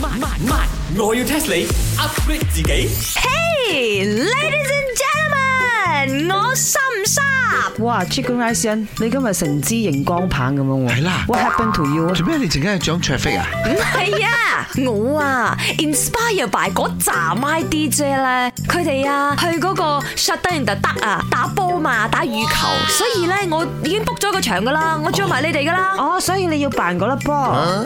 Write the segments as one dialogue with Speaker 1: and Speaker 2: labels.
Speaker 1: 慢慢慢，我要 test 你 upgrade 自己。
Speaker 2: Hey, ladies and gentlemen，我心沙。
Speaker 3: 哇，Chicken Rice 欣，你今日成支熒光棒咁樣喎。
Speaker 4: 係啦
Speaker 3: What happened to you？啊
Speaker 4: 做咩你陣間係長 traffic à? 啊？
Speaker 2: 唔係啊，我啊 inspire by 嗰扎 my DJ 咧，佢哋啊去嗰個 shut down the duck 啊打波嘛，打羽球，所以咧我已經 book 咗個場噶啦，我 join 埋你哋噶啦。
Speaker 3: 哦，所以你要扮嗰粒波。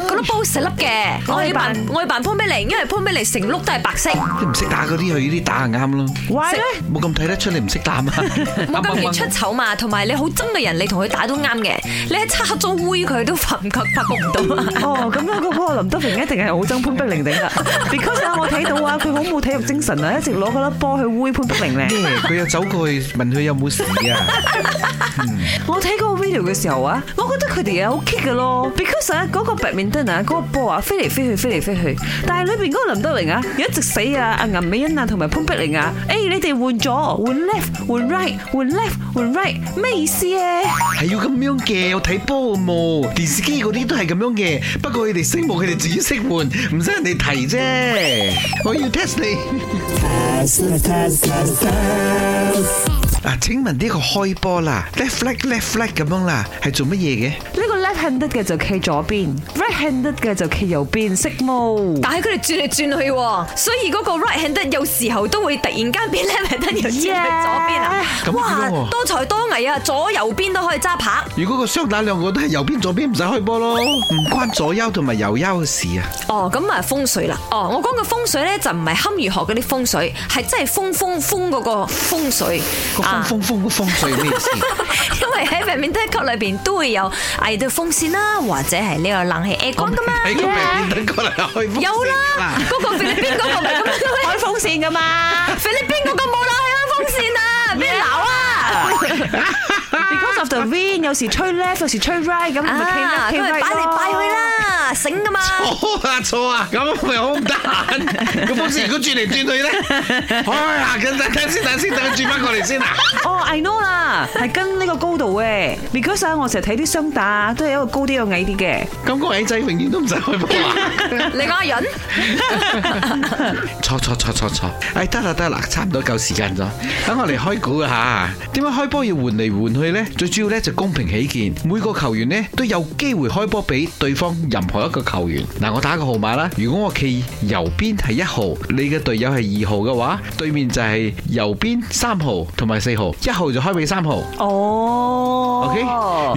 Speaker 2: 嗰粒煲食粒嘅，我要扮我要扮潘比利，因為潘比利成碌都係白色，
Speaker 4: 你唔識打嗰啲，去呢啲打就啱咯。
Speaker 3: Why 咧？
Speaker 4: 冇咁睇得出你唔識打嘛？
Speaker 2: 冇咁易出
Speaker 4: 啱啱
Speaker 2: 醜嘛，同埋你好憎嘅人，你同佢打都啱嘅，你喺差咗灰佢都發唔覺發覺唔到
Speaker 4: 嗯
Speaker 2: 啊！
Speaker 3: 哦，咁樣嗰個林德榮一定係好憎潘碧玲定啦。Because 啊我睇到啊，佢好冇體育精神啊，一直攞嗰粒波去威潘碧玲咧。
Speaker 4: 啱佢有走過去問佢有冇事啊？
Speaker 3: 我睇嗰個 video 嘅時候啊，我覺得佢哋啊好 kick 嘅咯，because 啊嗰個 badminton 啊嗰個波啊飛嚟飛去飛嚟飛去，但係裏邊嗰個林德榮啊有一直死啊阿銀美欣啊同埋潘碧玲啊，誒你哋換咗換 left 換 right 換 left 換 right 咩意思咧？
Speaker 4: 係要咁樣嘅，有睇波嘅冇？電視機嗰啲都係咁樣嘅，不過佢哋識換，佢哋自己識換，唔使人哋提啫。我要 test 你。嗱，請問呢個開波啦，left à? leg left leg 咁樣啦，係做乜嘢嘅？
Speaker 3: 呢個 left handed 嘅就企左邊，right handed 嘅就企右邊，識冇？
Speaker 2: 但係佢哋轉嚟轉去喎，所以嗰個 right hand 有時候都會突然間變 left hand 又轉去左邊啊
Speaker 4: Yeah！！咁樣
Speaker 2: 哇
Speaker 4: 喎，
Speaker 2: 多才多藝啊，左右邊都可以揸拍。
Speaker 4: 如果個雙打兩個都係右邊左邊，唔使開波咯，唔關左優同埋右優嘅事啊。
Speaker 2: 哦，咁啊風水啦。哦，我講嘅風水咧就唔係堪輿學嗰啲風水，係真係風風風嗰個風水。
Speaker 4: 個風
Speaker 2: 啊
Speaker 4: 風風個風水咩事？
Speaker 2: 因為喺面面低級裏邊都會有嗌到風扇啦，或者係呢個冷氣
Speaker 4: 哦
Speaker 2: air 噶嘛。
Speaker 4: 喺個明面等過嚟開風。
Speaker 2: 有啦，啊嗰個菲律賓嗰個咪咁 樣
Speaker 3: 開風扇噶 嘛
Speaker 2: 菲律賓嗰個冇啦，開風扇啊，俾人鬧啊！
Speaker 3: ，because of the wind 有時吹 left 有時吹 right 咁咪
Speaker 2: 啊，
Speaker 3: 企
Speaker 2: 佢
Speaker 3: left
Speaker 2: 咪擺嚟擺去。啦，醒噶嘛。
Speaker 4: 錯啊錯啊，咁咪好唔 得閒。個風扇如果轉嚟轉去咧，哎呀，咁等等先，等先，等佢轉翻過嚟先啊！
Speaker 3: 哦，I know 啦，係跟呢個高度嘅，because 啊我成日睇啲雙打都係一個高啲一個矮啲嘅。
Speaker 4: 咁個矮仔永遠都唔使開波啊！
Speaker 2: 你講阿潤，
Speaker 4: 錯錯錯錯錯！哎，得啦得啦，差唔多夠時間咗，等我嚟開估啊嚇。點解開波要換嚟換去呢？最主要呢就公平起見，每個球員呢都有機會開波俾對方任何一個球員。嗱，我打個號碼啦，如果我企右邊係一號，你嘅隊友係二號嘅話，對面就係右邊三號同埋四號，一號就開俾三號。
Speaker 3: 哦
Speaker 4: OK，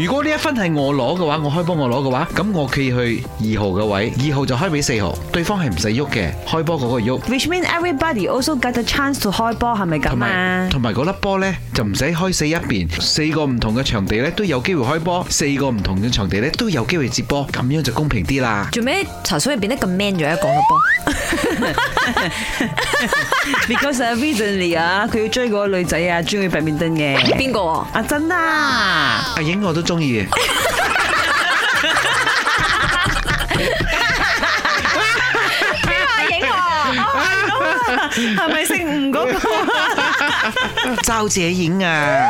Speaker 4: 如果呢一分係我攞嘅話，我開波我攞嘅話，咁我企去二號嘅位，二號就開俾四號，對方係唔使喐嘅，開波嗰個喐。
Speaker 3: which mean everybody also get a chance to 開波，係咪
Speaker 4: 同
Speaker 3: 咁啊
Speaker 4: 埋？同埋嗰粒波呢，就唔使開四一邊，四個唔同嘅場地呢都有機會開波，四個唔同嘅場地呢都有機會接波，咁樣就公平啲啦。
Speaker 2: 做咩茶水入變得咁 man 咗一講個 波？
Speaker 3: Because originally 啊，佢要追嗰個女仔啊，中意白面燈嘅。
Speaker 2: 邊個啊？
Speaker 3: 阿珍啊，
Speaker 4: 阿影我都中意嘅，
Speaker 2: 啊阿影喎，
Speaker 3: 係咪姓吳嗰個？
Speaker 4: 周姐影啊！